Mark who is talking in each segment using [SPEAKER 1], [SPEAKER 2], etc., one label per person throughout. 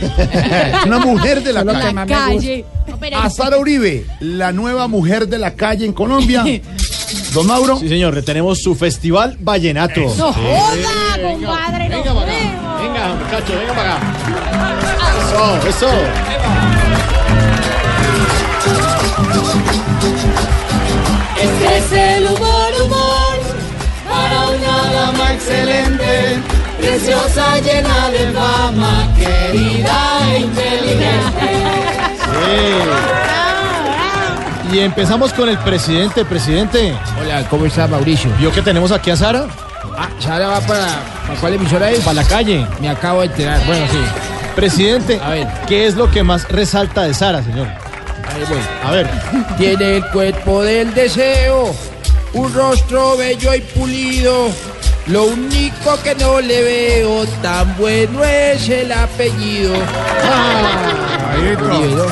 [SPEAKER 1] Una mujer de la calle.
[SPEAKER 2] La calle.
[SPEAKER 3] Ah,
[SPEAKER 1] Azara Uribe, la nueva mujer de la calle en Colombia. Don Mauro.
[SPEAKER 3] Sí, señor, tenemos su festival Vallenato.
[SPEAKER 2] No joda, compadre. no creo.
[SPEAKER 3] Venga, muchachos, venga para acá. Eso, eso.
[SPEAKER 4] Este es el humor, humor, para una dama excelente, preciosa, llena de fama, querida e inteligente.
[SPEAKER 3] Y empezamos con el presidente, presidente.
[SPEAKER 5] Hola, ¿cómo está Mauricio?
[SPEAKER 3] ¿Vio que tenemos aquí a Sara?
[SPEAKER 5] Ah, Sara va para, para cuál emisora es?
[SPEAKER 3] Para la calle.
[SPEAKER 5] Me acabo de enterar. Bueno, sí.
[SPEAKER 3] Presidente,
[SPEAKER 5] A ver.
[SPEAKER 3] ¿qué es lo que más resalta de Sara, señor?
[SPEAKER 5] Ahí voy.
[SPEAKER 3] A ver,
[SPEAKER 5] Tiene el cuerpo del deseo, un rostro bello y pulido. Lo único que no le veo tan bueno es el apellido. Uribe, ¿no?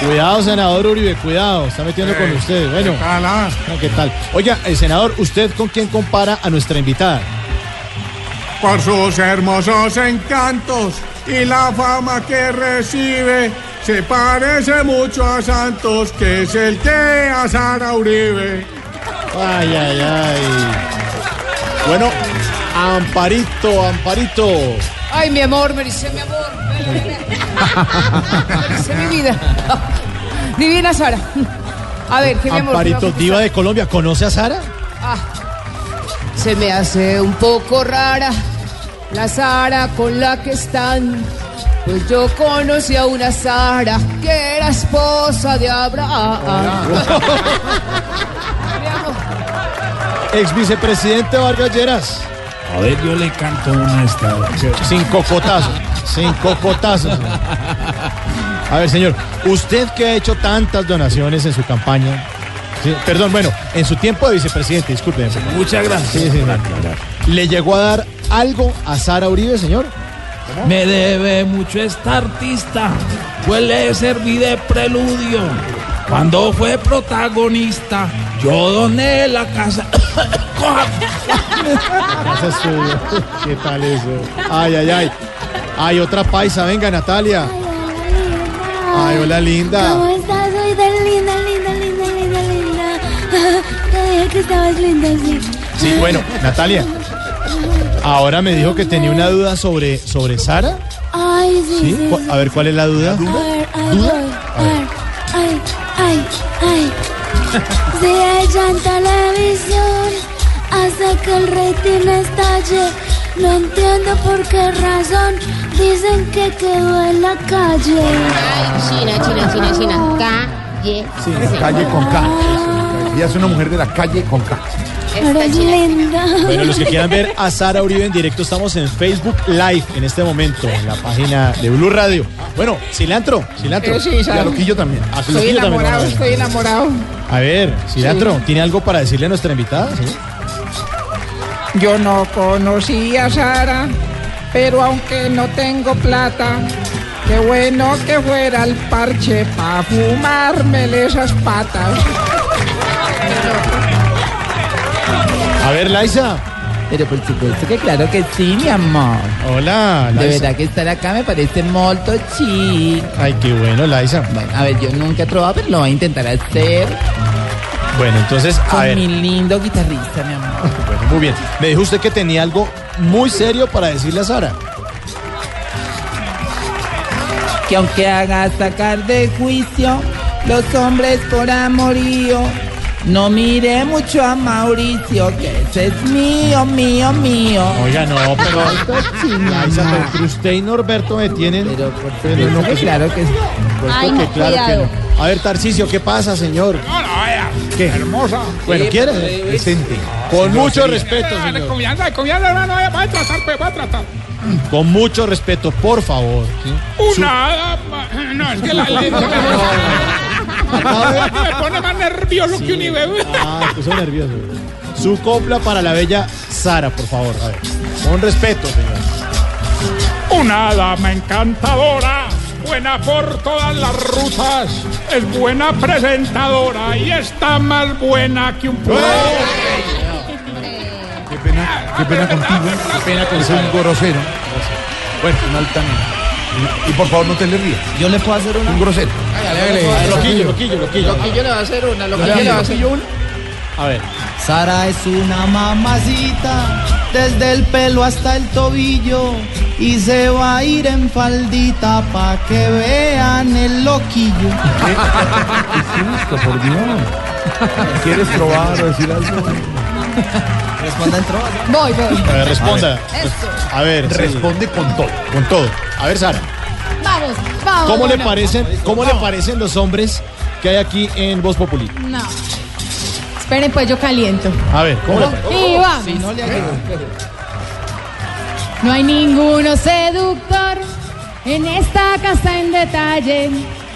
[SPEAKER 3] cuidado, senador Uribe, cuidado, está metiendo con usted. Bueno, no, ¿qué tal? Oiga, eh, senador, ¿usted con quién compara a nuestra invitada?
[SPEAKER 6] por sus hermosos encantos y la fama que recibe. Se parece mucho a Santos, que es el que a Sara Uribe.
[SPEAKER 3] Ay, ay, ay. Bueno, Amparito, Amparito.
[SPEAKER 7] Ay, mi amor, me dice mi amor. Me dice mi vida. Divina Sara. A ver, ¿qué mi amor?
[SPEAKER 3] Amparito, diva de Colombia, ¿conoce a Sara?
[SPEAKER 7] Se me hace un poco rara la Sara con la que están. Pues yo conocí a una Sara que era esposa de Abraham. Mi amor,
[SPEAKER 3] Ex vicepresidente Vargas Lleras.
[SPEAKER 8] A ver, yo le canto una a esta.
[SPEAKER 3] Sin cocotazos, sin cocotazos. A ver, señor, usted que ha hecho tantas donaciones en su campaña. sí, perdón, bueno, en su tiempo de vicepresidente, disculpe.
[SPEAKER 8] Muchas gracias.
[SPEAKER 3] Sí, sí, sí. ¿Le llegó a dar algo a Sara Uribe, señor?
[SPEAKER 8] Me debe mucho esta artista, pues le serví de preludio. Cuando fue protagonista, yo doné la casa.
[SPEAKER 3] Casa suya. ¿Qué tal eso? Ay, ay, ay. Hay otra paisa, venga, Natalia. Ay, hola, linda.
[SPEAKER 9] ¿Cómo estás? Soy tan linda, linda, linda, linda, linda. Sabía que estabas linda, sí.
[SPEAKER 3] Sí, bueno, Natalia. Ahora me dijo que tenía una duda sobre, sobre Sara.
[SPEAKER 9] Ay, sí,
[SPEAKER 3] ¿Sí?
[SPEAKER 9] sí,
[SPEAKER 3] Cu-
[SPEAKER 9] sí.
[SPEAKER 3] A ver, ¿cuál es la duda?
[SPEAKER 9] A ver, ay, voy. A ver, ay, ay, ay. Se echa en televisión hasta que el rating estalle. No entiendo por qué razón dicen que quedó en la calle.
[SPEAKER 2] Ay, China, China, China, China. Calle.
[SPEAKER 1] Sí, calle con K. Ella es una mujer de la calle con K.
[SPEAKER 9] Eres linda.
[SPEAKER 3] Bueno, los que quieran ver a Sara Uribe en directo, estamos en Facebook Live en este momento, en la página de Blue Radio. Bueno, cilantro, cilantro.
[SPEAKER 7] Pero sí,
[SPEAKER 1] Y a
[SPEAKER 7] Sara.
[SPEAKER 1] Loquillo también.
[SPEAKER 3] A su
[SPEAKER 7] Estoy
[SPEAKER 3] loquillo también,
[SPEAKER 7] enamorado,
[SPEAKER 3] vamos a ver.
[SPEAKER 7] estoy enamorado.
[SPEAKER 3] A ver, cilantro, ¿tiene algo para decirle a nuestra invitada? Sí.
[SPEAKER 7] Yo no conocí a Sara, pero aunque no tengo plata, qué bueno que fuera al parche pa' fumármele esas patas.
[SPEAKER 3] A ver, Laisa.
[SPEAKER 5] Pero por supuesto que claro que sí, mi amor.
[SPEAKER 3] Hola,
[SPEAKER 5] De
[SPEAKER 3] Laisa.
[SPEAKER 5] verdad que estar acá me parece molto chic.
[SPEAKER 3] Ay, qué bueno, Laisa.
[SPEAKER 5] Bueno, a ver, yo nunca he probado, pero lo voy a intentar hacer
[SPEAKER 3] Bueno, entonces, a
[SPEAKER 5] con
[SPEAKER 3] ver,
[SPEAKER 5] mi lindo guitarrista, mi amor.
[SPEAKER 3] bueno, muy bien. Me dijo usted que tenía algo muy serio para decirle a Sara.
[SPEAKER 5] Que aunque haga sacar de juicio los hombres por amorío, no mire mucho a Mauricio, que ese es mío, mío, mío.
[SPEAKER 3] Oiga, no, pero...
[SPEAKER 5] Sí, mi
[SPEAKER 3] Laisa,
[SPEAKER 5] amor.
[SPEAKER 3] pero que usted y Norberto me tienen...
[SPEAKER 5] Pero por supuesto
[SPEAKER 3] Pero no,
[SPEAKER 5] que
[SPEAKER 3] pues,
[SPEAKER 5] claro que sí.
[SPEAKER 2] Ay,
[SPEAKER 3] porque
[SPEAKER 2] no,
[SPEAKER 3] claro
[SPEAKER 2] cuidado.
[SPEAKER 3] que no. A ver, Tarcicio, ¿qué pasa, señor? ¿Qué?
[SPEAKER 6] Hermosa.
[SPEAKER 3] Bueno,
[SPEAKER 5] Sí,
[SPEAKER 3] ¿quiere?
[SPEAKER 5] pero, eh,
[SPEAKER 3] Ah, Presente. Con mucho respeto,
[SPEAKER 6] Dale,
[SPEAKER 8] Eh,
[SPEAKER 3] señor.
[SPEAKER 6] comianda, comianda, no, no, va a tratar, pues, va a tratar.
[SPEAKER 3] Con mucho respeto, por favor. ¿sí?
[SPEAKER 8] Una dama. No, es que la ley. me pone más nervioso que un bebé.
[SPEAKER 3] Ah, puso nervioso. Su copla para la bella Sara, por favor. A ver. Con respeto, señor.
[SPEAKER 8] Una dama encantadora buena por todas las rutas, es buena presentadora y está más buena que un pueblo.
[SPEAKER 1] Qué pena, qué pena contigo, qué pena con un grosero. Bueno, un altanero. Y, y por favor no te le rías.
[SPEAKER 5] Yo le puedo hacer una.
[SPEAKER 1] Un grosero.
[SPEAKER 5] Hágale, hágale.
[SPEAKER 3] Ah, Loquillo, loquillo, loquillo.
[SPEAKER 5] Loquillo le va a hacer una, loquillo le va a hacer una.
[SPEAKER 3] A ver.
[SPEAKER 5] Sara es una mamacita, desde el pelo hasta el tobillo, y se va a ir en faldita pa' que vean el loquillo.
[SPEAKER 1] ¿Qué, ¿Qué es por Dios? ¿Quieres probar o decir algo?
[SPEAKER 5] Responda en trovas.
[SPEAKER 7] Voy, voy.
[SPEAKER 3] A ver, responda. A ver,
[SPEAKER 1] responde con todo.
[SPEAKER 3] Con todo. A ver, Sara.
[SPEAKER 9] Vamos, vamos.
[SPEAKER 3] ¿Cómo le
[SPEAKER 9] no.
[SPEAKER 3] parecen, cómo le parecen los hombres que hay aquí en Voz Populi?
[SPEAKER 9] No. Esperen, pues yo caliento.
[SPEAKER 3] A ver, ¿cómo le parece?
[SPEAKER 9] Y vamos.
[SPEAKER 5] Si no le ayudo.
[SPEAKER 9] No hay ninguno seductor en esta casa en detalle.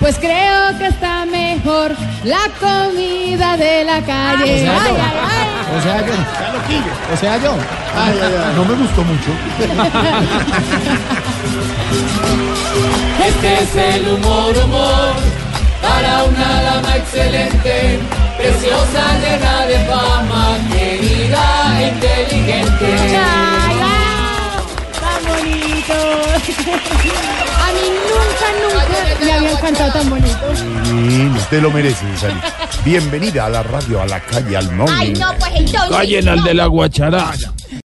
[SPEAKER 9] Pues creo que está mejor la comida de la calle. Ay, ay, ay.
[SPEAKER 5] O sea yo. O sea yo.
[SPEAKER 1] No me gustó mucho.
[SPEAKER 4] Este es el humor, humor, para una dama excelente, preciosa, llena de fama, querida, e inteligente.
[SPEAKER 9] Ay, ay. Tan bonito. A mí nunca, nunca me habían cantado tan bonito.
[SPEAKER 1] Sí, usted lo merece, Sally. Bienvenida a la radio, a la calle, al móvil.
[SPEAKER 9] pues entonces.
[SPEAKER 8] Callen al de la guacharada.